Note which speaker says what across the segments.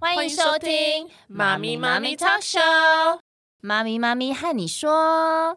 Speaker 1: 欢迎收听《妈咪妈咪 Talk Show》。
Speaker 2: 妈咪妈咪和你说，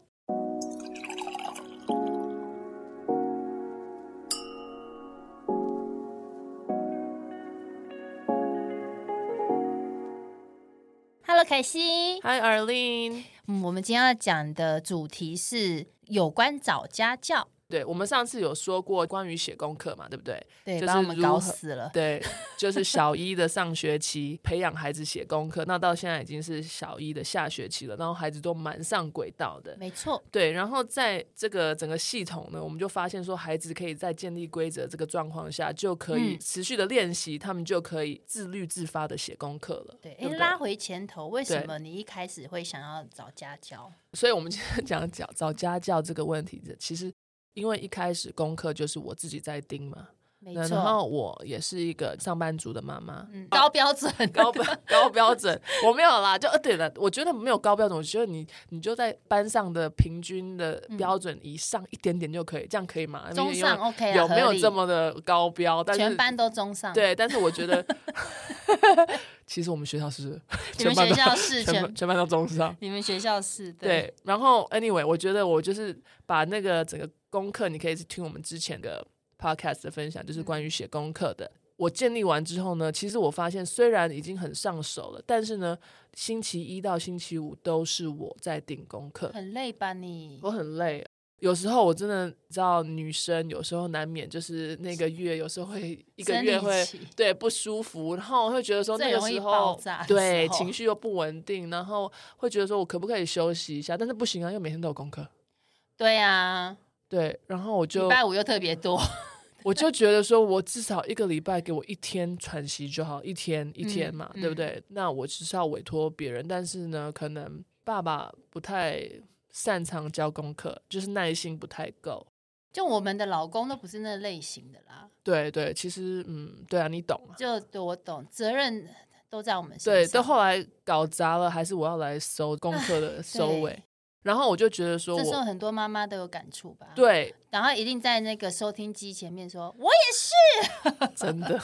Speaker 2: Hello，凯 西。
Speaker 1: Hi Arlene，
Speaker 2: 嗯，我们今天要讲的主题是有关早家教，
Speaker 1: 对我们上次有说过关于写功课嘛，对不对？
Speaker 2: 对，
Speaker 1: 就是
Speaker 2: 把我们
Speaker 1: 如
Speaker 2: 搞
Speaker 1: 何
Speaker 2: 死了。
Speaker 1: 对，就是小一的上学期培养孩子写功课，那到现在已经是小一的下学期了，然后孩子都蛮上轨道的。
Speaker 2: 没错，
Speaker 1: 对，然后在这个整个系统呢，我们就发现说，孩子可以在建立规则这个状况下，就可以
Speaker 2: 嗯
Speaker 1: 持续的练习，他们就可以自律自发的写功课了。
Speaker 2: 对，
Speaker 1: 不
Speaker 2: 哎，
Speaker 1: 对
Speaker 2: 拉回前头，为什
Speaker 1: 对
Speaker 2: 么你一开始会想要找家教？
Speaker 1: 所以我们今天讲讲找家教这个问题，其实因为一开始功课就是我自己在盯嘛，
Speaker 2: 没
Speaker 1: 那然
Speaker 2: 错，
Speaker 1: 后我也是一个上班族的妈妈。
Speaker 2: 嗯，高标准，
Speaker 1: 高 标高标准，我没有啦，就呃对了，我觉得没有高标准，我觉得你你就在班上的平均的标准以上一点点就可以，这样可以吗？
Speaker 2: 嗯中
Speaker 1: 因为
Speaker 2: 上 OK 啊
Speaker 1: 呃有没有
Speaker 2: 合理
Speaker 1: 这么的高标？但是
Speaker 2: 全班都中上。，
Speaker 1: 对，但是我 觉得， 其实我们学校是
Speaker 2: 你们
Speaker 1: 全班
Speaker 2: 学
Speaker 1: 都
Speaker 2: 校是
Speaker 1: 全
Speaker 2: 全
Speaker 1: 班，全班都中上，
Speaker 2: 你们学校是，
Speaker 1: 对，然后 anyway，我觉得我就是把那个整个功课，你可以去听我们之前的 podcast 的分享，就是关于写功课的。我建立完之后呢，其实我发现虽然已经很上手了，但是呢，星期一到星期五都是我在顶功课，
Speaker 2: 很累吧你？
Speaker 1: 我很累。有时候我真的知道女生有时候难免就是那个月，有时候会一个
Speaker 2: 生
Speaker 1: 月
Speaker 2: 理
Speaker 1: 会
Speaker 2: 期
Speaker 1: 对不舒服，然后会觉得说
Speaker 2: 最
Speaker 1: 那个
Speaker 2: 容易
Speaker 1: 时
Speaker 2: 爆
Speaker 1: 候
Speaker 2: 炸的
Speaker 1: 对
Speaker 2: 时候
Speaker 1: 情绪又不稳定，然后会觉得说我可不可以休息一下？但是不行啊，因为每天都有功课。
Speaker 2: 对啊，
Speaker 1: 对，然后我
Speaker 2: 礼
Speaker 1: 就
Speaker 2: 拜五又特别多，
Speaker 1: 我就觉得说，我至少一个礼拜给我一天喘息就好，一天一天嘛，
Speaker 2: 嗯
Speaker 1: 对不对？那我只是要委托别人，但是呢，可能爸爸不太擅长教功课，就是耐心不太够。
Speaker 2: 就我们的老公都不是那类型的啦。
Speaker 1: 对对，其实嗯，对啊，你懂啊。
Speaker 2: 就对我懂，责任都在我们身上。
Speaker 1: 对，到后来搞砸了，还是我要来收功课的收尾。然后我就觉得说
Speaker 2: 啊这时候
Speaker 1: 我，
Speaker 2: 很多妈妈都有感触吧？，
Speaker 1: 对，
Speaker 2: 然后一定在那个收听机前面说：“我也是。
Speaker 1: 真的，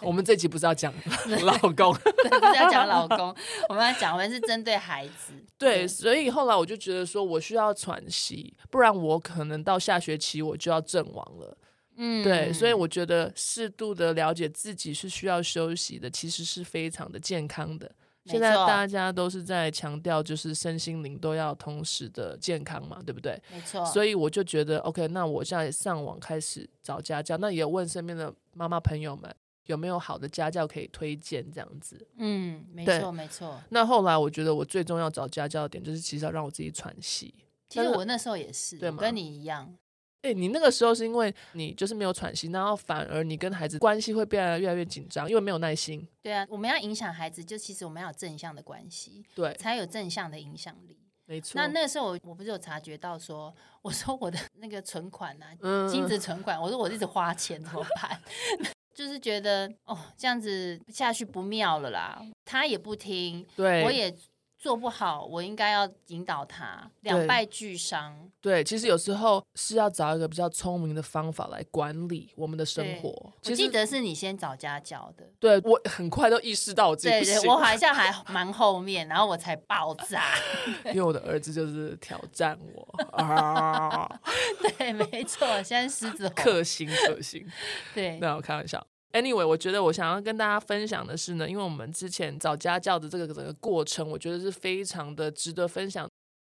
Speaker 1: 我们这集不是要讲 老公，”
Speaker 2: 对，不是要讲老 公，我们要讲，我们是针对孩子。
Speaker 1: 对，所以后来我就觉得说，我需要喘息，不然我可能到下学期我就要阵亡了。
Speaker 2: 嗯
Speaker 1: 对，所以我觉得适度的了解自己是需要休息的，其实是非常的健康的。
Speaker 2: 没
Speaker 1: 现在
Speaker 2: 错
Speaker 1: 大家都是在强调，就是身心灵都要同时的健康嘛，对不对？
Speaker 2: 没错，
Speaker 1: 所以我就觉得 OK，那我现在上网开始找家教，那也问身边的妈妈朋友们有没有好的家教可以推荐这样子。
Speaker 2: 嗯，没
Speaker 1: 对
Speaker 2: 错没错。
Speaker 1: 那后来我觉得我最重要找家教的点就是，其实要让我自己喘息。
Speaker 2: 其实
Speaker 1: 但是
Speaker 2: 我那时候也是，
Speaker 1: 对
Speaker 2: 我
Speaker 1: 吗
Speaker 2: 跟你一样，
Speaker 1: 哎、你那个时候是因为你就是没有喘息，然后反而你跟孩子关系会变得越来越紧张，因为没有耐心。
Speaker 2: 对啊，我们要影响孩子，就其实我们要有正向的关系，
Speaker 1: 对，
Speaker 2: 才有正向的影响力。
Speaker 1: 没错。
Speaker 2: 那那个时候我我不是有察觉到说，我说我的 那个存款啊，
Speaker 1: 嗯
Speaker 2: 金子存款，我说我一直花钱怎么办？ 就是觉得哦，这样子下去不妙了啦。他也不听，
Speaker 1: 对，
Speaker 2: 我也做不好，我应该要引导他，两败俱伤。
Speaker 1: 对。其实有时候是要找一个比较聪明的方法来管理我们的
Speaker 2: 对
Speaker 1: 生活。
Speaker 2: 我
Speaker 1: 其
Speaker 2: 记
Speaker 1: 实，
Speaker 2: 得是你先找家教的，
Speaker 1: 对我很快都意识到我自己
Speaker 2: 对
Speaker 1: 不
Speaker 2: 对，
Speaker 1: 行
Speaker 2: 我好像还蛮后面，然后我才爆炸。
Speaker 1: 因为我的儿子就是挑战我啊，
Speaker 2: 对，没错，现在狮子吼。
Speaker 1: 克星克星。
Speaker 2: 对，
Speaker 1: 那我开玩笑。Anyway，我觉得我想要跟大家分享的是呢，因为我们之前找家教的这个整个过程，我觉得是非常的值得分享。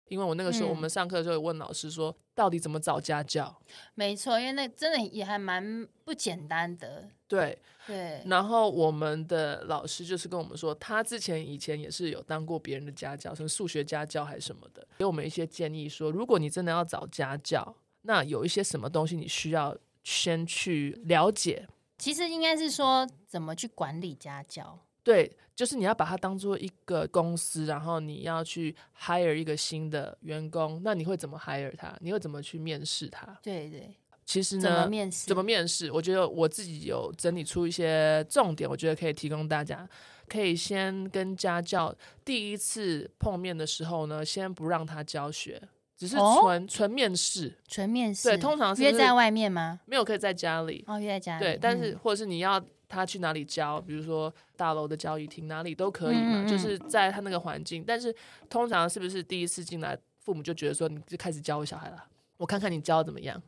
Speaker 1: 因为我那个时
Speaker 2: 嗯
Speaker 1: 候我们上课的时候有问老师说，到底怎么找家教？
Speaker 2: 没错，因为那真的也还蛮不简单的。
Speaker 1: 对，
Speaker 2: 对，
Speaker 1: 然后我们的老师就是跟我们说，他之前以前也是有当过别人的家教，什么数学家教还是什么的，给我们一些建议说，如果你真的要找家教，那有一些什么东西你需要先去了解。
Speaker 2: 其实应该是说怎么去管理家教。
Speaker 1: 对，就是你要把它当做一个公司，然后你要去 hire 一个新的员工，那你会怎么 hire 他？你会怎么去面试他？
Speaker 2: 对对，
Speaker 1: 其实呢，
Speaker 2: 怎么面试？
Speaker 1: 怎么面试？我觉得我自己有整理出一些重点，我觉得可以提供大家。可以先跟家教第一次碰面的时候呢，先不让他教学，只是
Speaker 2: 哦
Speaker 1: 纯纯、面试，
Speaker 2: 纯面试？
Speaker 1: 对通常是
Speaker 2: 约
Speaker 1: 不是
Speaker 2: 在外面吗？
Speaker 1: 没有可以在家里。
Speaker 2: 哦，约在家里。
Speaker 1: 对，但是、
Speaker 2: 嗯
Speaker 1: 或者是你要他去哪里教，比如说大楼的交易厅哪里都可以嘛，
Speaker 2: 嗯嗯嗯
Speaker 1: 就是在他那个环境。但是通常是不是第一次进来，父母就觉得说你就开始教我小孩了，我看看你教的怎么样。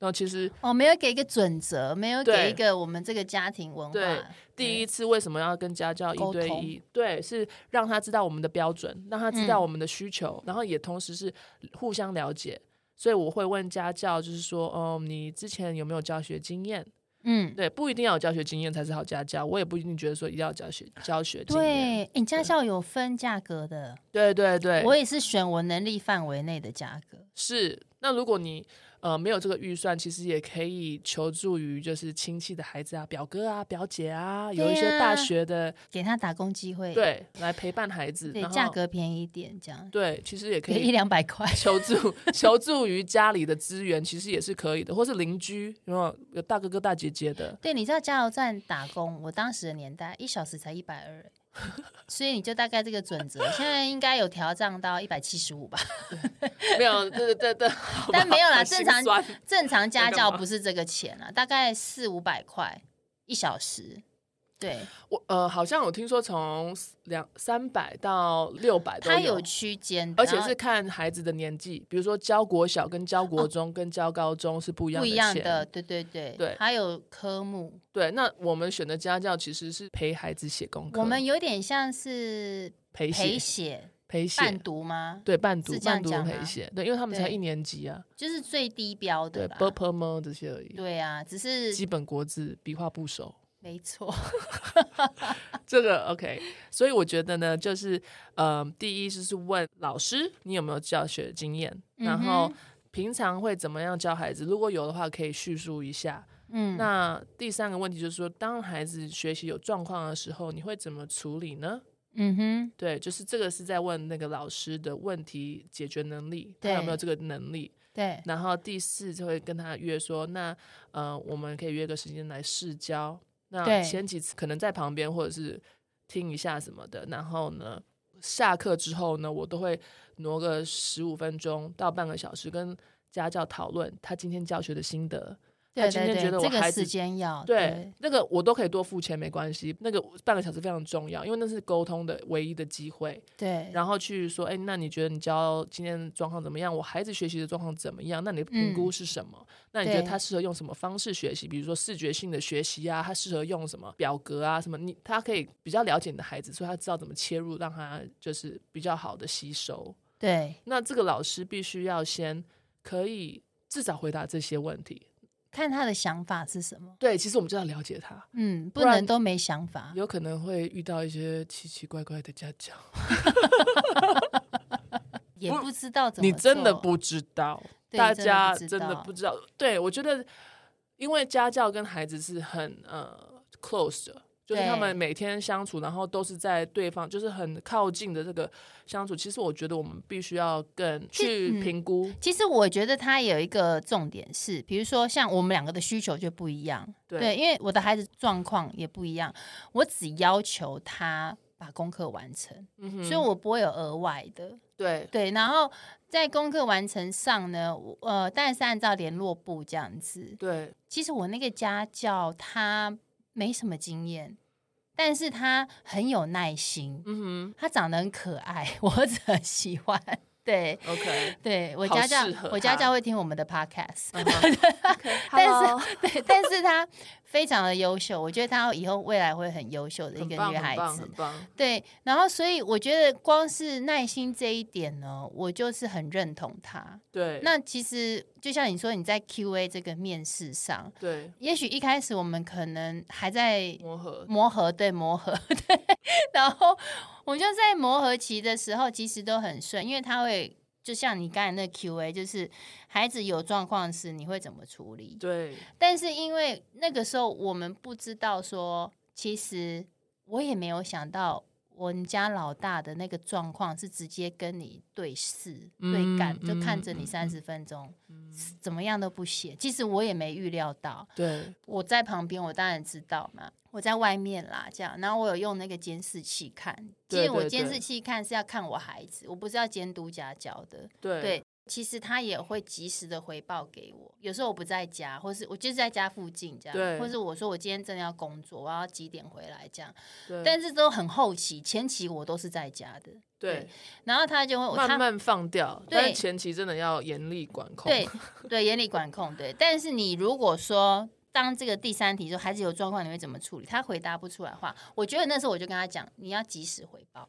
Speaker 1: 然后其实
Speaker 2: 哦，没有给一个准则，没有
Speaker 1: 对
Speaker 2: 给一个我们这个家庭文化
Speaker 1: 对。第一次为什么要跟家教一
Speaker 2: 沟
Speaker 1: 对
Speaker 2: 通
Speaker 1: 一？对，是让他知道我们的标准，让他知道
Speaker 2: 嗯
Speaker 1: 我们的需求，然后也同时是互相了解。所以我会问家教，就是说，嗯，你之前有没有教学经验？
Speaker 2: 嗯，
Speaker 1: 对，不一定要有教学经验才是好家教，我也不一定觉得说一定要有教学教学经验。
Speaker 2: 对，诶你家校有分价格的，
Speaker 1: 对对对，
Speaker 2: 我也是选我能力范围内的价格。
Speaker 1: 是。那如果你呃没有这个预算，其实也可以求助于就是亲戚的孩子啊、表哥啊、表姐啊，有一些
Speaker 2: 对啊
Speaker 1: 大学的
Speaker 2: 给他打工机会，
Speaker 1: 对来陪伴孩子，
Speaker 2: 对，
Speaker 1: 然后
Speaker 2: 价格便宜一点，这样
Speaker 1: 对，其实也可
Speaker 2: 可以一
Speaker 1: 以。
Speaker 2: 两百块。
Speaker 1: 求助求助于家里的资源，其实也是可以的，或是邻居，有没有有大哥哥大姐姐的？
Speaker 2: 对，你知道加油站打工，我当时的年代一小时才一百二，欸所以你就大概这个准则。现在应该有调涨到一百七十五吧？
Speaker 1: 没有，对对对，好吧
Speaker 2: 但没有啦
Speaker 1: 好心
Speaker 2: 正常
Speaker 1: 酸
Speaker 2: 正常家
Speaker 1: 要干
Speaker 2: 教
Speaker 1: 嘛
Speaker 2: 不是这个钱啊，大概四五百块一小时。对，
Speaker 1: 我呃，好像我听说从两三百到六百都
Speaker 2: 它有区间的，
Speaker 1: 而且
Speaker 2: 然后
Speaker 1: 是看孩子的年纪，比如说教国小、跟教国中、跟教高中是不一样
Speaker 2: 哦不一
Speaker 1: 的
Speaker 2: 样
Speaker 1: 钱
Speaker 2: 的，对对对，
Speaker 1: 对
Speaker 2: 还有科目，
Speaker 1: 对，那我们选的家教其实是陪孩子写功课，
Speaker 2: 我们有点像是
Speaker 1: 陪
Speaker 2: 陪
Speaker 1: 写、
Speaker 2: 写、
Speaker 1: 陪
Speaker 2: 伴
Speaker 1: 写，
Speaker 2: 读吗？
Speaker 1: 对伴读
Speaker 2: 是、这
Speaker 1: 伴
Speaker 2: 样
Speaker 1: 读
Speaker 2: 讲
Speaker 1: 陪
Speaker 2: 吗
Speaker 1: 写，对，因为他们才
Speaker 2: 对
Speaker 1: 一年级啊，
Speaker 2: 就是最低标
Speaker 1: 对
Speaker 2: 的啦。
Speaker 1: b p m 这些而已，
Speaker 2: 对啊，只是
Speaker 1: 基本国字、笔画不熟。
Speaker 2: 没错，
Speaker 1: 这个 OK，所以我觉得呢，就是呃，第一就是问老师你有没有教学经验，然后
Speaker 2: 嗯哼
Speaker 1: 平常会怎么样教孩子，如果有的话可以叙述一下。
Speaker 2: 嗯，
Speaker 1: 那第三个问题就是说，当孩子学习有状况的时候，你会怎么处理呢？
Speaker 2: 嗯哼，
Speaker 1: 对，就是这个是在问那个老师的问题解决能力，他
Speaker 2: 对
Speaker 1: 有没有这个能力？
Speaker 2: 对，
Speaker 1: 然后第四就会跟他约说，那呃，我们可以约个时间来试教。那
Speaker 2: 对
Speaker 1: 前几次可能在旁边或者是听一下什么的，然后呢，下课之后呢，我都会挪个十五分钟到半个小时跟家教讨论他今天教学的心得。他
Speaker 2: 对
Speaker 1: 今
Speaker 2: 对
Speaker 1: 天觉
Speaker 2: 对，
Speaker 1: 得我
Speaker 2: 这个
Speaker 1: 孩子
Speaker 2: 时间要
Speaker 1: 对，，那个我都可以多付钱，没关系。那个半个小时非常重要，因为那是沟通的唯一的机会。
Speaker 2: 对，
Speaker 1: 然后去说，哎，那你觉得你教今天状况怎么样？我孩子学习的状况怎么样？那你的评估是什么？那你觉得
Speaker 2: 嗯对
Speaker 1: 他适合用什么方式学习？比如说视觉性的学习啊，他适合用什么表格啊？什么你他可以比较了解你的孩子，所以他知道怎么切入，让他就是比较好的吸收。
Speaker 2: 对，
Speaker 1: 那这个老师必须要先可以至少回答这些问题。
Speaker 2: 看他的想法是什么。
Speaker 1: 对，其实我们就要了解他。
Speaker 2: 嗯，不
Speaker 1: 不然
Speaker 2: 能都没想法。
Speaker 1: 有可能会遇到一些奇奇怪怪的家教，
Speaker 2: 也不知道怎么
Speaker 1: 你真的
Speaker 2: 做
Speaker 1: 不知道，
Speaker 2: 对
Speaker 1: 大
Speaker 2: 真的
Speaker 1: 家
Speaker 2: 不知
Speaker 1: 真的
Speaker 2: 道
Speaker 1: 不知道。对我觉得，因为家教跟孩子是很呃 close 的，就是他
Speaker 2: 对
Speaker 1: 们每天相处，然后都是在对方就是很靠近的这个相处。其实我觉得我们必须要更去
Speaker 2: 嗯
Speaker 1: 评估，
Speaker 2: 其实我觉得它有一个重点是，比如说像我们两个的需求就不一样，
Speaker 1: 对
Speaker 2: 因为我的孩子状况也不一样，我只要求他把功课完成，
Speaker 1: 嗯哼
Speaker 2: 所以我不会有额外的。
Speaker 1: 对
Speaker 2: 对，然后在功课完成上呢，我呃，但是按照联络部这样子。
Speaker 1: 对
Speaker 2: 其实我那个家教他没什么经验，但是他很有耐心，
Speaker 1: 嗯
Speaker 2: 他长得很可爱， 我儿子很喜欢。对，
Speaker 1: 哼，OK，
Speaker 2: 对我
Speaker 1: 好
Speaker 2: 家教
Speaker 1: 适合，
Speaker 2: 我家
Speaker 1: 他
Speaker 2: 教会听我们的 podcast，
Speaker 1: 嗯哼 OK，hello
Speaker 2: 对，但是她非常的优秀，我觉得她以后未来会很优秀的一
Speaker 1: 很
Speaker 2: 个
Speaker 1: 棒
Speaker 2: 女孩
Speaker 1: 很棒
Speaker 2: 子
Speaker 1: 很。棒，
Speaker 2: 对，然后所以我觉得光是耐心这一点呢，我就是很认同她。
Speaker 1: 对，
Speaker 2: 那其实就像你说，你在 Q&A 这个面试上，
Speaker 1: 对
Speaker 2: 也许一开始我们可能还在
Speaker 1: 磨合，
Speaker 2: 磨合，对磨合， 对。然后我就在磨合期的时候，其实都很顺，因为他会就像你刚才那 Q&A，就是孩子有状况时你会怎么处理？
Speaker 1: 对
Speaker 2: 但是因为那个时候我们不知道说，其实我也没有想到。我们家老大的那个状况是直接跟你对视、
Speaker 1: 嗯
Speaker 2: 对干，
Speaker 1: 嗯
Speaker 2: 就看着
Speaker 1: 嗯
Speaker 2: 你
Speaker 1: 嗯
Speaker 2: 三十分钟，怎么样都不写。其实我也没预料到，
Speaker 1: 对
Speaker 2: 我在旁边，我当然知道嘛。我在外面啦，这样，然后我有用那个监视器看，其
Speaker 1: 对
Speaker 2: 实我
Speaker 1: 对
Speaker 2: 监
Speaker 1: 对
Speaker 2: 视器看是要看我孩子，我不是要监督家教的。
Speaker 1: 对
Speaker 2: 对，其实他也会及时的回报给我。有时候我不在家，或是我就是在家附近这
Speaker 1: 对
Speaker 2: 样，或是我说我今天真的要工作，我要几点回来这样。
Speaker 1: 对
Speaker 2: 但是都很后期，前期我都是在家的。
Speaker 1: 对，
Speaker 2: 然后他就会他
Speaker 1: 慢慢放掉，但
Speaker 2: 对
Speaker 1: 是前期真的要严厉管控。
Speaker 2: 对对 严厉管控对。但是你如果说当这个第三题说孩子有状况，你会怎么处理？他回答不出来的话，我觉得那时候我就跟他讲，你要及时回报。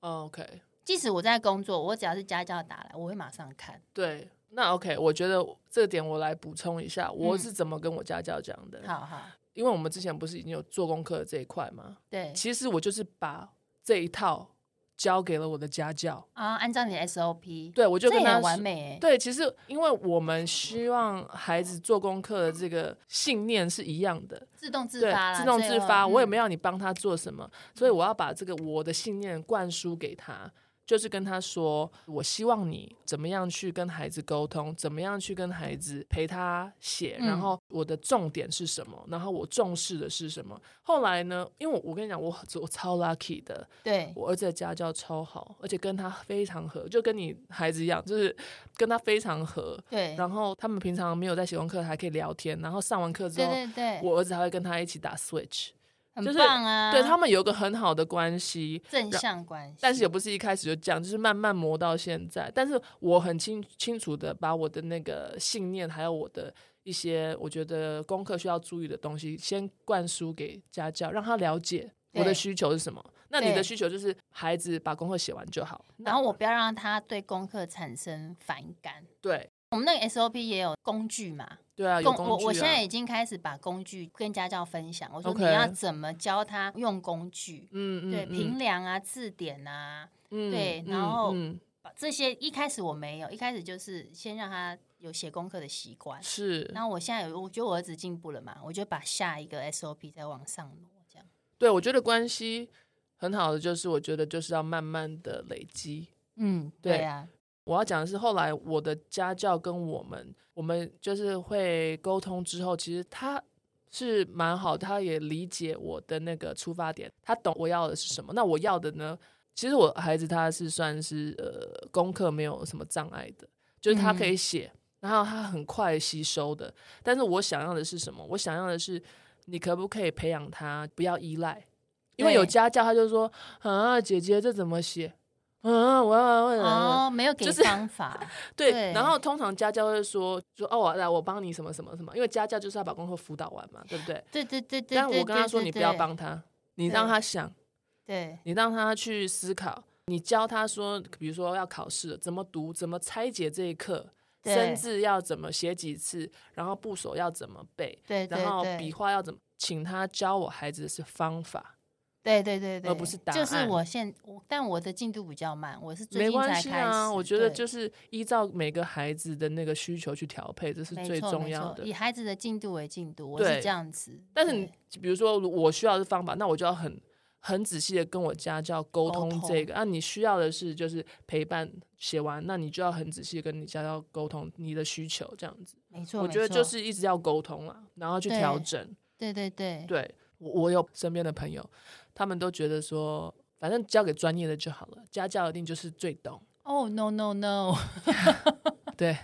Speaker 1: o k
Speaker 2: 即使我在工作，我只要是家教打来，我会马上看。
Speaker 1: 对，那 OK，我觉得这点我来补充一下，我
Speaker 2: 嗯
Speaker 1: 是怎么跟我家教讲的。
Speaker 2: 好好，
Speaker 1: 因为我们之前不是已经有做功课的这一块吗？
Speaker 2: 对
Speaker 1: 其实我就是把这一套交给了我的家教，
Speaker 2: 啊，按照你的 SOP，
Speaker 1: 对我就
Speaker 2: 这
Speaker 1: 跟
Speaker 2: 也
Speaker 1: 他
Speaker 2: 很完
Speaker 1: 说
Speaker 2: 美哎。
Speaker 1: 对，其实因为我们希望孩子做功课的这个信念是一样的，
Speaker 2: 自动自
Speaker 1: 对
Speaker 2: 发，啦，
Speaker 1: 自动自
Speaker 2: 最后
Speaker 1: 发，我也没
Speaker 2: 嗯
Speaker 1: 有你帮他做什么，所以我要把这个我的信念灌输给他，就是跟他说，我希望你怎么样去跟孩子沟通，怎么样去跟孩子陪他写，然
Speaker 2: 嗯
Speaker 1: 后我的重点是什么，然后我重视的是什么。后来呢，因为我我跟你讲，我我超 lucky 的，
Speaker 2: 对
Speaker 1: 我儿子的家教超好，而且跟他非常合，就跟你孩子一样，就是跟他非常合。
Speaker 2: 对，
Speaker 1: 然后他们平常没有在写功课，还可以聊天。然后上完课之
Speaker 2: 对
Speaker 1: 后，
Speaker 2: 对对，
Speaker 1: 我儿子还会跟他一起打 Switch，、就
Speaker 2: 很
Speaker 1: 是
Speaker 2: 棒啊，
Speaker 1: 对他们有一个很好的关系。
Speaker 2: 正向关系，
Speaker 1: 但是也不是一开始就这样，就是慢慢磨到现在。但是我很清清楚的把我的那个信念，还有我的一些我觉得功课需要注意的东西，先灌输给家教，让他了解
Speaker 2: 对
Speaker 1: 我的需求是什么。那你
Speaker 2: 对
Speaker 1: 的需求就是孩子把功课写完就好。
Speaker 2: 然后我不要让他对功课产生反感。
Speaker 1: 对
Speaker 2: 我们那个 SOP 也有工具嘛，
Speaker 1: 对啊，有
Speaker 2: 工
Speaker 1: 工具、
Speaker 2: 我
Speaker 1: 啊、
Speaker 2: 我现在已经开始把工具跟家教分享，我说
Speaker 1: OK
Speaker 2: 你要怎么教他用工具，
Speaker 1: 嗯嗯
Speaker 2: 对
Speaker 1: 嗯
Speaker 2: 评量啊、字典啊，
Speaker 1: 嗯
Speaker 2: 对
Speaker 1: 嗯
Speaker 2: 然后
Speaker 1: 嗯
Speaker 2: 把这些一开始我没有，一开始就是先让他有写功课的习惯。
Speaker 1: 是
Speaker 2: 然后我现在有，我觉得我儿子进步了嘛，我就把下一个 SOP 再往上挪，这样。
Speaker 1: 对，我觉得关系很好的就是，我觉得就是要慢慢的累积。
Speaker 2: 嗯，
Speaker 1: 对
Speaker 2: 对啊，
Speaker 1: 我要讲的是，后来我的家教跟我们，我们就是会沟通之后，其实他是蛮好，他也理解我的那个出发点，他懂我要的是什么。那我要的呢？其实我孩子他是算是呃功课没有什么障碍的，就是他可以写，然后他很快吸收的。但是我想要的是什么？我想要的是，你可不可以培养他不要依赖？因为有
Speaker 2: 对
Speaker 1: 家教，他就说啊，姐姐这怎么写？啊，我要我要。
Speaker 2: 哦，没有给
Speaker 1: 就是
Speaker 2: 方法，
Speaker 1: 对，
Speaker 2: 对
Speaker 1: 然后通常家教会说说哦，我来我帮你什么什么什么，因为家教就是要把功课辅导完嘛，对不对？
Speaker 2: 对对对对。
Speaker 1: 但
Speaker 2: 对
Speaker 1: 我跟他
Speaker 2: 对
Speaker 1: 说
Speaker 2: 对
Speaker 1: 你不要
Speaker 2: 对
Speaker 1: 帮他，你
Speaker 2: 对
Speaker 1: 让他想，
Speaker 2: 对
Speaker 1: 你让他去思考，你教他说，比如说要考试了，怎么读，怎么拆解这一课，
Speaker 2: 对
Speaker 1: 生字要怎么写几次，然后部首要怎么背，
Speaker 2: 对对
Speaker 1: 然后
Speaker 2: 对
Speaker 1: 笔画要怎么，请他教我孩子的是方法，
Speaker 2: 对对对对，
Speaker 1: 而不是答
Speaker 2: 就是
Speaker 1: 案
Speaker 2: 我现我，但我的进度比较慢，我是最
Speaker 1: 没
Speaker 2: 近才
Speaker 1: 关
Speaker 2: 开
Speaker 1: 系
Speaker 2: 始。
Speaker 1: 啊，我觉得
Speaker 2: 对
Speaker 1: 就是依照每个孩子的那个需求去调配，这是
Speaker 2: 没
Speaker 1: 最
Speaker 2: 错
Speaker 1: 重
Speaker 2: 没
Speaker 1: 要
Speaker 2: 错
Speaker 1: 的。
Speaker 2: 以孩子的进度为进度，我是
Speaker 1: 对
Speaker 2: 这样子。
Speaker 1: 但是你
Speaker 2: 对
Speaker 1: 比如说，如我需要的是方法，那我就要很很仔细的跟我家教沟
Speaker 2: 沟
Speaker 1: 通
Speaker 2: 通
Speaker 1: 这个。啊，你需要的是就是陪伴写完，那你就要很仔细地跟你家教沟通你的需求，这样子。
Speaker 2: 没错，
Speaker 1: 我
Speaker 2: 没
Speaker 1: 觉得
Speaker 2: 错
Speaker 1: 就是一直要沟通啦，然后去
Speaker 2: 对
Speaker 1: 调整。
Speaker 2: 对对对
Speaker 1: 对我我有身边的朋友，他们都觉得说，反正交给专业的就好了，家教一定就是最懂。
Speaker 2: 哦、no no no，
Speaker 1: 对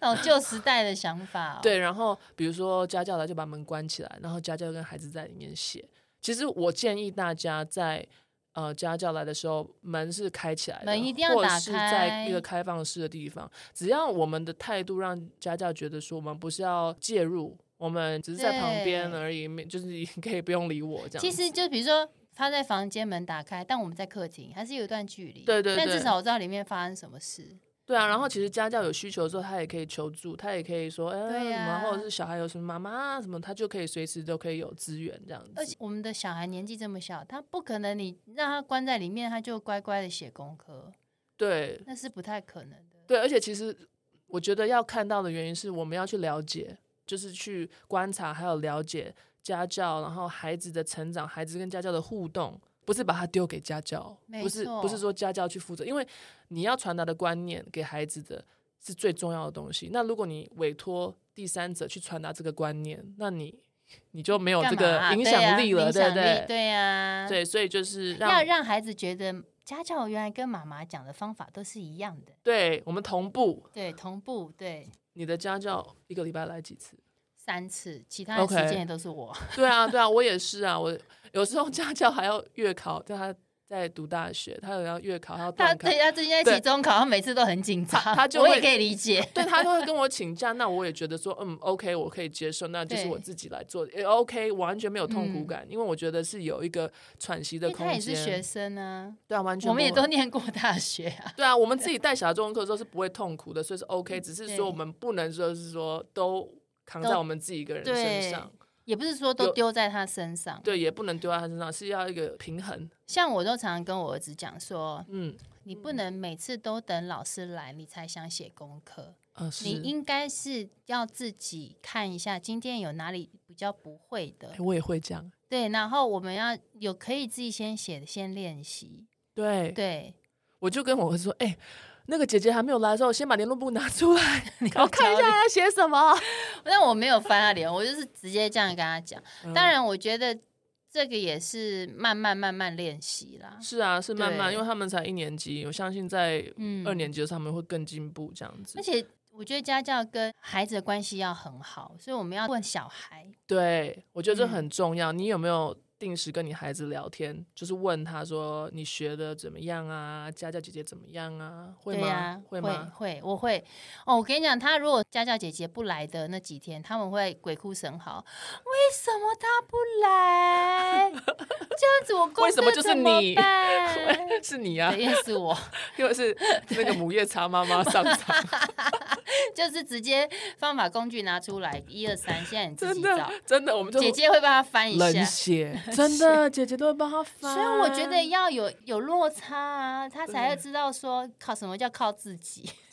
Speaker 2: 老旧时代的想法、哦。
Speaker 1: 对，然后比如说家教来就把门关起来，然后家教跟孩子在里面写。其实我建议大家在呃家教来的时候，门是开起来的，
Speaker 2: 门一定要
Speaker 1: 或
Speaker 2: 打
Speaker 1: 是在一个
Speaker 2: 开
Speaker 1: 开放式的地方。只要我们的态度让家教觉得说我们不是要介入，我们只是在旁边
Speaker 2: 对
Speaker 1: 而已，没就是你 可以不用理我这样。
Speaker 2: 其实就比如说他在房间门打开，但我们在客厅，还是有一段距离。
Speaker 1: 对对
Speaker 2: 但
Speaker 1: 对
Speaker 2: 至少我知道里面发生什么事。
Speaker 1: 对啊，然后其实家教有需求的时候，他也可以求助，他也可以说，哎、
Speaker 2: 对
Speaker 1: 什么，或者
Speaker 2: 呀
Speaker 1: 是小孩有什么妈妈啊什么，他就可以随时都可以有资源这样子。
Speaker 2: 而且我们的小孩年纪这么小，他不可能你让他关在里面，他就乖乖的写功课，
Speaker 1: 对，
Speaker 2: 那是不太可能的。
Speaker 1: 对，而且其实我觉得要看到的原因是，我们要去了解，就是去观察，还有了解家教，然后孩子的成长，孩子跟家教的互动，不是把它丢给家教，
Speaker 2: 没
Speaker 1: 不是不是
Speaker 2: 错
Speaker 1: 说家教去负责，因为你要传达的观念给孩子的是最重要的东西。那如果你委托第三者去传达这个观念，那你你就没有
Speaker 2: 干
Speaker 1: 哦这
Speaker 2: 嘛
Speaker 1: 个
Speaker 2: 啊
Speaker 1: 影
Speaker 2: 对
Speaker 1: 响
Speaker 2: 啊
Speaker 1: 力了，
Speaker 2: 影
Speaker 1: 对
Speaker 2: 响
Speaker 1: 不
Speaker 2: 力
Speaker 1: 对？
Speaker 2: 对呀、
Speaker 1: 对，所以就是让
Speaker 2: 要让孩子觉得家教原来跟妈妈讲的方法都是一样的，
Speaker 1: 对我们同步，
Speaker 2: 对，同步，对，
Speaker 1: 你的家教一个礼拜来几次？
Speaker 2: 三次，其他的时
Speaker 1: OK
Speaker 2: 间也都是我。
Speaker 1: 对啊，对啊，我也是啊，我有时候家教还要月考，但他在读大学，他有要月考，还要
Speaker 2: 他
Speaker 1: 断 考
Speaker 2: 对，他最近在期
Speaker 1: 对
Speaker 2: 中考，他每次都很紧张，
Speaker 1: 他他就
Speaker 2: 我
Speaker 1: 会
Speaker 2: 也可以理解。
Speaker 1: 对他都会跟我请假，那我也觉得说，嗯，OK，我可以接受，那就是
Speaker 2: 对
Speaker 1: 我自己来做，也 OK，完全没有痛苦
Speaker 2: 嗯
Speaker 1: 感，因为我觉得是有一个喘息
Speaker 2: 因
Speaker 1: 的
Speaker 2: 为
Speaker 1: 空
Speaker 2: 他也是学
Speaker 1: 间。
Speaker 2: 生啊，
Speaker 1: 对啊，完全
Speaker 2: 我们也
Speaker 1: 不会
Speaker 2: 都念过大学啊。
Speaker 1: 对 啊，我们自己带小孩做功课的时候是不会痛苦的，所以是 OK，只是
Speaker 2: 嗯对
Speaker 1: 说我们不能说是说都扛在
Speaker 2: 都
Speaker 1: 我们自己一个人
Speaker 2: 对
Speaker 1: 身上，
Speaker 2: 也不是说都
Speaker 1: 有
Speaker 2: 丢在他身上，
Speaker 1: 对，也不能丢在他身上，是要一个平衡。
Speaker 2: 像我都常常跟我儿子讲说，
Speaker 1: 嗯
Speaker 2: 你不能每次都等老师来你才想写功课，
Speaker 1: 啊，
Speaker 2: 你
Speaker 1: 是，
Speaker 2: 应该是要自己看一下今天有哪里比较不会的
Speaker 1: 哎，我也会这样，
Speaker 2: 对，然后我们要有可以自己先写的先练习，
Speaker 1: 对，
Speaker 2: 对，
Speaker 1: 我就跟我儿子说，哎、那个姐姐还没有来的时候，先把联络簿拿出来， 我看一下她写什么。
Speaker 2: 但我没有翻他脸，我就是直接这样跟他讲。当然，我觉得这个也是慢慢慢慢练习啦
Speaker 1: 嗯。是啊，是慢慢，
Speaker 2: 对
Speaker 1: 因为他们才一年级，我相信在
Speaker 2: 嗯，
Speaker 1: 二年级的时候他们会更进步，这样子
Speaker 2: 而。且我觉得家教跟孩子的关系要很好，所以我们要问小孩。
Speaker 1: 对，我觉得这
Speaker 2: 嗯
Speaker 1: 很重要。你有没有定时跟你孩子聊天？就是问他说你学的怎么样啊？家教姐姐怎么样啊？会
Speaker 2: 对
Speaker 1: 吗？
Speaker 2: 呀、
Speaker 1: 会
Speaker 2: 会
Speaker 1: 吗？
Speaker 2: 会，我会。哦，我跟你讲，他如果家教姐姐不来的那几天，他们会鬼哭神嚎，为什么他不 来？这样子我功
Speaker 1: 为什么
Speaker 2: 课
Speaker 1: 就是
Speaker 2: 怎么
Speaker 1: 你
Speaker 2: 办
Speaker 1: 是你啊
Speaker 2: 对，，也是我，
Speaker 1: 因为是那个母夜叉妈妈上场，
Speaker 2: 就是直接方法工具拿出来，一二三，现在你 自
Speaker 1: 真
Speaker 2: 己找
Speaker 1: 的。真的，我们就
Speaker 2: 姐姐会帮他翻一
Speaker 1: 冷
Speaker 2: 下，
Speaker 1: 血，真的，姐姐都会帮他翻。
Speaker 2: 所以我觉
Speaker 1: 啊
Speaker 2: 得要有有落差啊，他才会知道说靠什么叫靠自己。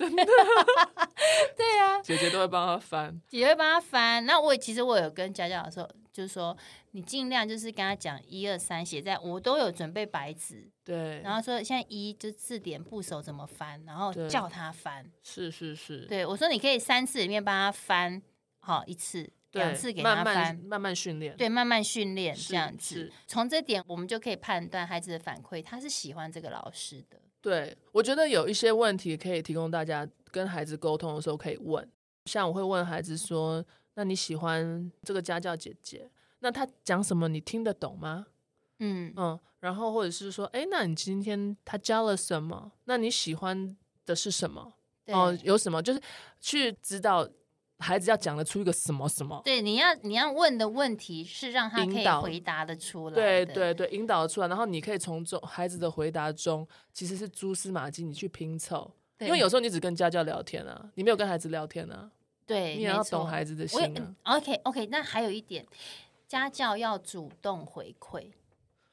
Speaker 2: 对啊，
Speaker 1: 姐姐都会帮他翻，
Speaker 2: 姐姐会帮他翻。那我也其实我有跟家教说，就是说你尽量就是跟他讲一二三，写在我都有准备白纸，
Speaker 1: 对，
Speaker 2: 然后说现在一就字典部首怎么翻，然后
Speaker 1: 对
Speaker 2: 叫他翻。
Speaker 1: 是是是，
Speaker 2: 对我说你可以三次里面帮他翻好一次，
Speaker 1: 对，
Speaker 2: 两次给他
Speaker 1: 慢
Speaker 2: 翻。
Speaker 1: 慢慢慢训练，
Speaker 2: 对，慢慢训练
Speaker 1: 是
Speaker 2: 这样子
Speaker 1: 是，
Speaker 2: 从这点我们就可以判断孩子的反馈，他是喜欢这个老师的。
Speaker 1: 对，我觉得有一些问题可以提供大家跟孩子沟通的时候可以问，像我会问孩子说：“那你喜欢这个家教姐姐？那她讲什么你听得懂吗？”
Speaker 2: 嗯，
Speaker 1: 嗯，然后或者是说：“哎，那你今天她教了什么？那你喜欢的是什么？
Speaker 2: 对，
Speaker 1: 哦，有什么？就是去指导孩子要讲得出一个什么什么。”
Speaker 2: 对，你要你要问的问题是让他
Speaker 1: 引
Speaker 2: 可以
Speaker 1: 导
Speaker 2: 回答的出来
Speaker 1: 对
Speaker 2: 的。
Speaker 1: 对对，引导出来，然后你可以从中孩子的回答中，其实是蛛丝马迹，你去拼凑。
Speaker 2: 对
Speaker 1: 因为有时候你只跟家教聊天啊，你没有跟孩子聊天啊，
Speaker 2: 对，
Speaker 1: 你也要
Speaker 2: 没错
Speaker 1: 懂孩子的
Speaker 2: 我嗯
Speaker 1: 心
Speaker 2: 有
Speaker 1: 啊。
Speaker 2: OK OK，那还有一点，家教要主动回馈，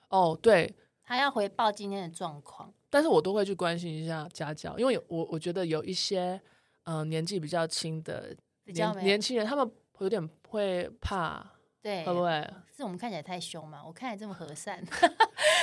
Speaker 1: 哦，对，
Speaker 2: 他要回报今天的状况。
Speaker 1: 但是我都会去关心一下家教，因为有我我觉得有一些嗯、呃年纪比较轻的
Speaker 2: 比较
Speaker 1: 年
Speaker 2: 没
Speaker 1: 年轻人，他们有点会怕，
Speaker 2: 对，
Speaker 1: 会不会？
Speaker 2: 是我们看起来太凶嘛？我看起来这么和 善。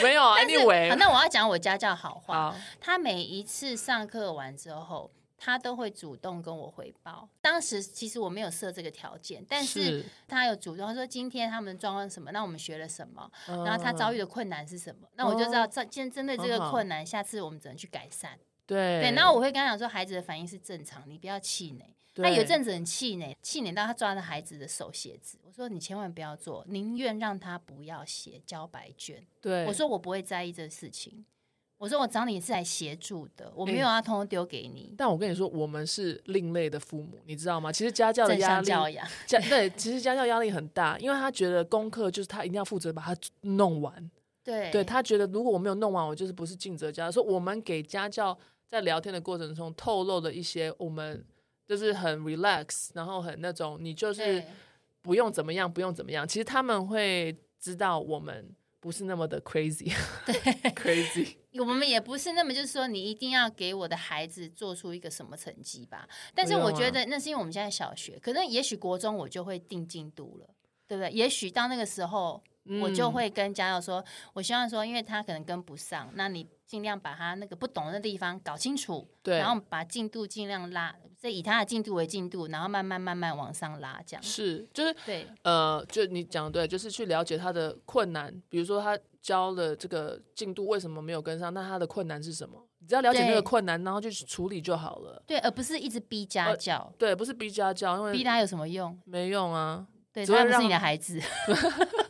Speaker 1: 没有啊
Speaker 2: 但是好
Speaker 1: ，anyway，
Speaker 2: 那我要讲我家教好话。
Speaker 1: 好，
Speaker 2: 他每一次上课完之后，他都会主动跟我汇报。当时其实我没有设这个条件，但是
Speaker 1: 是
Speaker 2: 他有主动他说今天他们的状况是什么，那我们学了什么，
Speaker 1: 嗯哦
Speaker 2: 然后他遭遇的困难是什么，那我就知道针针针对这
Speaker 1: 很
Speaker 2: 个
Speaker 1: 好
Speaker 2: 困难，下次我们怎么去改善。
Speaker 1: 对
Speaker 2: 对，然后我会跟他讲说，孩子的反应是正常，你不要气馁。他
Speaker 1: 对
Speaker 2: 有一阵子很气馁，气馁到他抓着孩子的手写字，我说你千万不要做，宁愿让他不要写交白卷。
Speaker 1: 对
Speaker 2: 我说我不会在意这事情。我说我找你是来协助的，我没
Speaker 1: 哎
Speaker 2: 有要通通丢给你。
Speaker 1: 但我跟你说，我们是另类的父母，你知道吗？其实家教的
Speaker 2: 正
Speaker 1: 压
Speaker 2: 向
Speaker 1: 力，
Speaker 2: 教养，
Speaker 1: 家对，其实家教压力很大，因为他觉得功课就是他一定要负责把它弄完。
Speaker 2: 对
Speaker 1: 对他觉得如果我没有弄完，我就是不是尽责家。所以我们给家教在聊天的过程中透露了一些我们就是很 relax，然后很那种你就是
Speaker 2: 对
Speaker 1: 不用怎么样，不用怎么样。其实他们会知道我们不是那么的 crazy，对 crazy，
Speaker 2: 我们也不是那么就是说你一定要给我的孩子做出一个什么成绩吧。但是
Speaker 1: 不用
Speaker 2: 我
Speaker 1: 啊
Speaker 2: 觉得那是因为我们现在小学，可能也许国中我就会定进度了，对不对？也许到那个时候我就
Speaker 1: 嗯
Speaker 2: 会跟家教说，我希望说，因为他可能跟不上，那你尽量把他那个不懂的地方搞清楚，
Speaker 1: 嗯对，
Speaker 2: 然后把进度尽量拉，再以他的进度为进度，然后慢慢慢慢往上拉，这样。
Speaker 1: 是就是
Speaker 2: 对，
Speaker 1: 呃，就你讲得对，就是去了解他的困难，比如说他教了这个进度为什么没有跟上，那他的困难是什么？你只要了解那
Speaker 2: 对
Speaker 1: 个困难，然后去处理就好了。
Speaker 2: 对，而不是一直逼家
Speaker 1: 呃
Speaker 2: 教，
Speaker 1: 对，不是逼家教，因
Speaker 2: 逼
Speaker 1: 为
Speaker 2: 他有什么用？
Speaker 1: 没 用啊，
Speaker 2: 对
Speaker 1: 只
Speaker 2: 他
Speaker 1: 会
Speaker 2: 不是你的
Speaker 1: 让
Speaker 2: 孩子，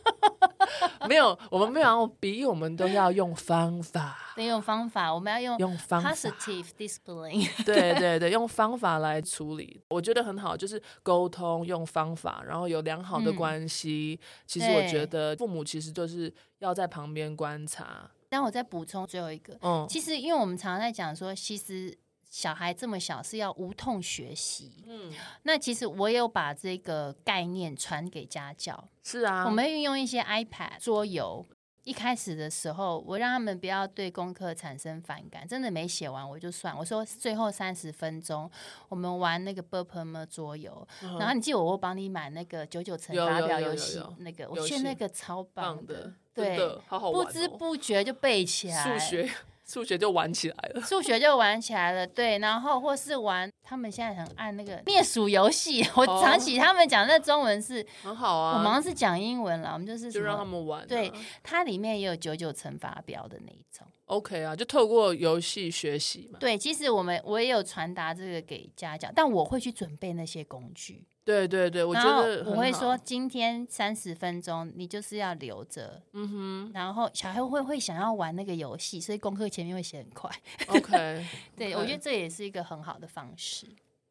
Speaker 1: 没有，我们没有要逼，我们都要用方法，
Speaker 2: 得用方法，我们要用
Speaker 1: 用方法。
Speaker 2: positive discipline。
Speaker 1: 对对对，用方法来处理，我觉得很好，就是沟通，用方法，然后有良好的
Speaker 2: 嗯
Speaker 1: 关系。其实我觉
Speaker 2: 对
Speaker 1: 得父母其实就是要在旁边观察，
Speaker 2: 但我再补充最后一个，
Speaker 1: 嗯，
Speaker 2: 其实因为我们常常在讲说，其实小孩这么小是要无痛学习，
Speaker 1: 嗯，
Speaker 2: 那其实我也有把这个概念传给家教，
Speaker 1: 是啊，
Speaker 2: 我们运用一些 iPad 桌游。一开始的时候，我让他们不要对功课产生反感，真的没写完我就算。我说最后三十分钟，我们玩那个 b u r p m 桌游，
Speaker 1: 嗯
Speaker 2: 然后你记得我我帮你买那个九九乘
Speaker 1: 有
Speaker 2: 法
Speaker 1: 有
Speaker 2: 表
Speaker 1: 有
Speaker 2: 游
Speaker 1: 有
Speaker 2: 戏
Speaker 1: 有
Speaker 2: 那个，
Speaker 1: 游
Speaker 2: 我觉
Speaker 1: 戏
Speaker 2: 得那个超棒
Speaker 1: 棒的，真
Speaker 2: 对，
Speaker 1: 的好好玩、
Speaker 2: 不
Speaker 1: 哦，
Speaker 2: 知不觉就背起来，
Speaker 1: 数学数学就玩起来了，
Speaker 2: 数学就玩起来了，对，然后或是玩他们现在很爱那个灭鼠游戏， 我
Speaker 1: 哦
Speaker 2: 想起他们讲那中文是，
Speaker 1: 很好
Speaker 2: 我们好
Speaker 1: 啊，
Speaker 2: 像是讲英文了，我们就是什
Speaker 1: 就让他
Speaker 2: 么，
Speaker 1: 们玩、啊，
Speaker 2: 对它里面也有九九乘法表的那一种，
Speaker 1: ，OK 啊，就透过游戏学习嘛，
Speaker 2: 对，其实我们我也有传达这个给家长，但我会去准备那些工具，
Speaker 1: 对对对，我觉
Speaker 2: 然后
Speaker 1: 得
Speaker 2: 我
Speaker 1: 很
Speaker 2: 会
Speaker 1: 好
Speaker 2: 说，今天三十分钟你就是要留着，
Speaker 1: 嗯
Speaker 2: 然后小孩会会想要玩那个游戏，所以功课前面会写很快，
Speaker 1: 哼，OK，
Speaker 2: 对我觉得这也是一个很好的方式。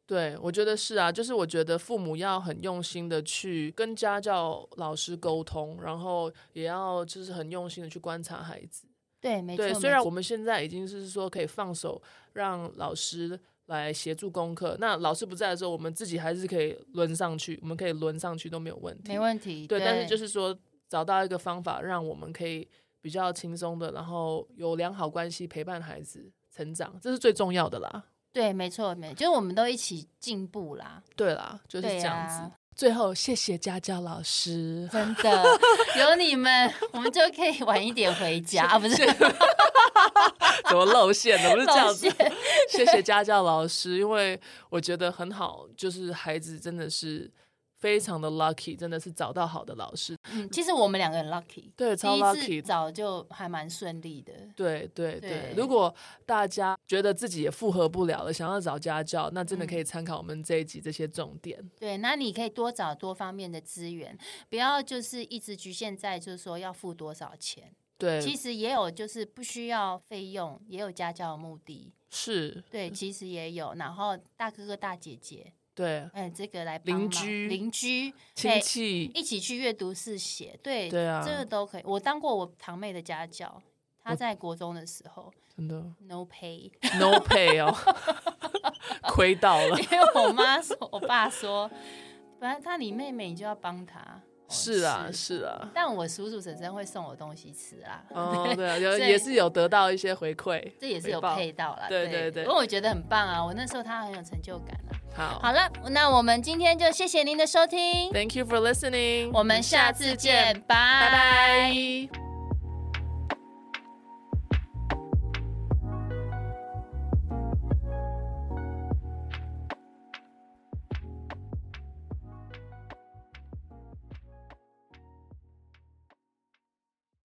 Speaker 1: 对，我觉得是啊，就是我觉得父母要很用心的去跟家教老师沟通，然后也要就是很用心的去观察孩子。
Speaker 2: 对，没错。
Speaker 1: 对，
Speaker 2: 没
Speaker 1: 虽然
Speaker 2: 错
Speaker 1: 我们现在已经是说可以放手让老师来协助功课，那老师不在的时候，我们自己还是可以轮上去，我们可以轮上去都没有问题。
Speaker 2: 没问题。
Speaker 1: 对，但是就是是说找到一个方法，让我们可以比较轻松的，然后有良好关系陪伴孩子成长，这是最重要的啦。
Speaker 2: 对，没错，没就是我们都一起进步啦，
Speaker 1: 对啦，就是
Speaker 2: 对
Speaker 1: 这样子。
Speaker 2: 啊
Speaker 1: 最后，谢谢家教老师，
Speaker 2: 真的 有你们，我们就可以晚一点回家，啊、不 是
Speaker 1: 谢怎么露馅了？不是这样
Speaker 2: 露
Speaker 1: 子
Speaker 2: 馅。
Speaker 1: 谢谢家教老师，因为我觉得很好，就是孩子真的是非常的 lucky，真的是找到好的老师。
Speaker 2: 嗯其实我们两个很 lucky，
Speaker 1: 对，超
Speaker 2: 第一
Speaker 1: lucky
Speaker 2: 次。早就还蛮顺利的。
Speaker 1: 对对对
Speaker 2: 对，
Speaker 1: 如果大家觉得自己也负荷不了了，想要找家教，那真的
Speaker 2: 嗯
Speaker 1: 可以参考我们这一集这些重点。
Speaker 2: 对，那你可以多找多方面的资源，不要就是一直局限在就是说要付多少钱。其
Speaker 1: 对，
Speaker 2: 实也有就是不需要费用，也有家教的目的。
Speaker 1: 是，
Speaker 2: 对，其实也有，然后大哥哥大姐姐，
Speaker 1: 对，
Speaker 2: 哎，这个来帮
Speaker 1: 邻
Speaker 2: 忙
Speaker 1: 居
Speaker 2: 邻居
Speaker 1: 亲
Speaker 2: 哎
Speaker 1: 戚，
Speaker 2: 一起去阅读室写，对
Speaker 1: 对啊
Speaker 2: 这个都可以。我当过我堂妹的家教，她在国中的时候
Speaker 1: 真的
Speaker 2: no pay，
Speaker 1: no pay 哦， 亏到 了。
Speaker 2: 因为我妈说，我爸说，反正她你妹妹你就要帮她。哦
Speaker 1: 是啊，是啊。
Speaker 2: 但我叔叔婶婶会送我东西吃啊，
Speaker 1: 哦，对啊，有
Speaker 2: 所以
Speaker 1: 也是有得到一些回馈，
Speaker 2: 这也是有
Speaker 1: 回报
Speaker 2: 配到啦。
Speaker 1: 对对
Speaker 2: 对
Speaker 1: 对
Speaker 2: 因为我觉得很棒啊，我那时候她很有成就感啊。
Speaker 1: 好
Speaker 2: 好了，那我们今天就谢谢您的收听，
Speaker 1: ，Thank you for listening，
Speaker 2: 我们下次见，
Speaker 1: 拜拜。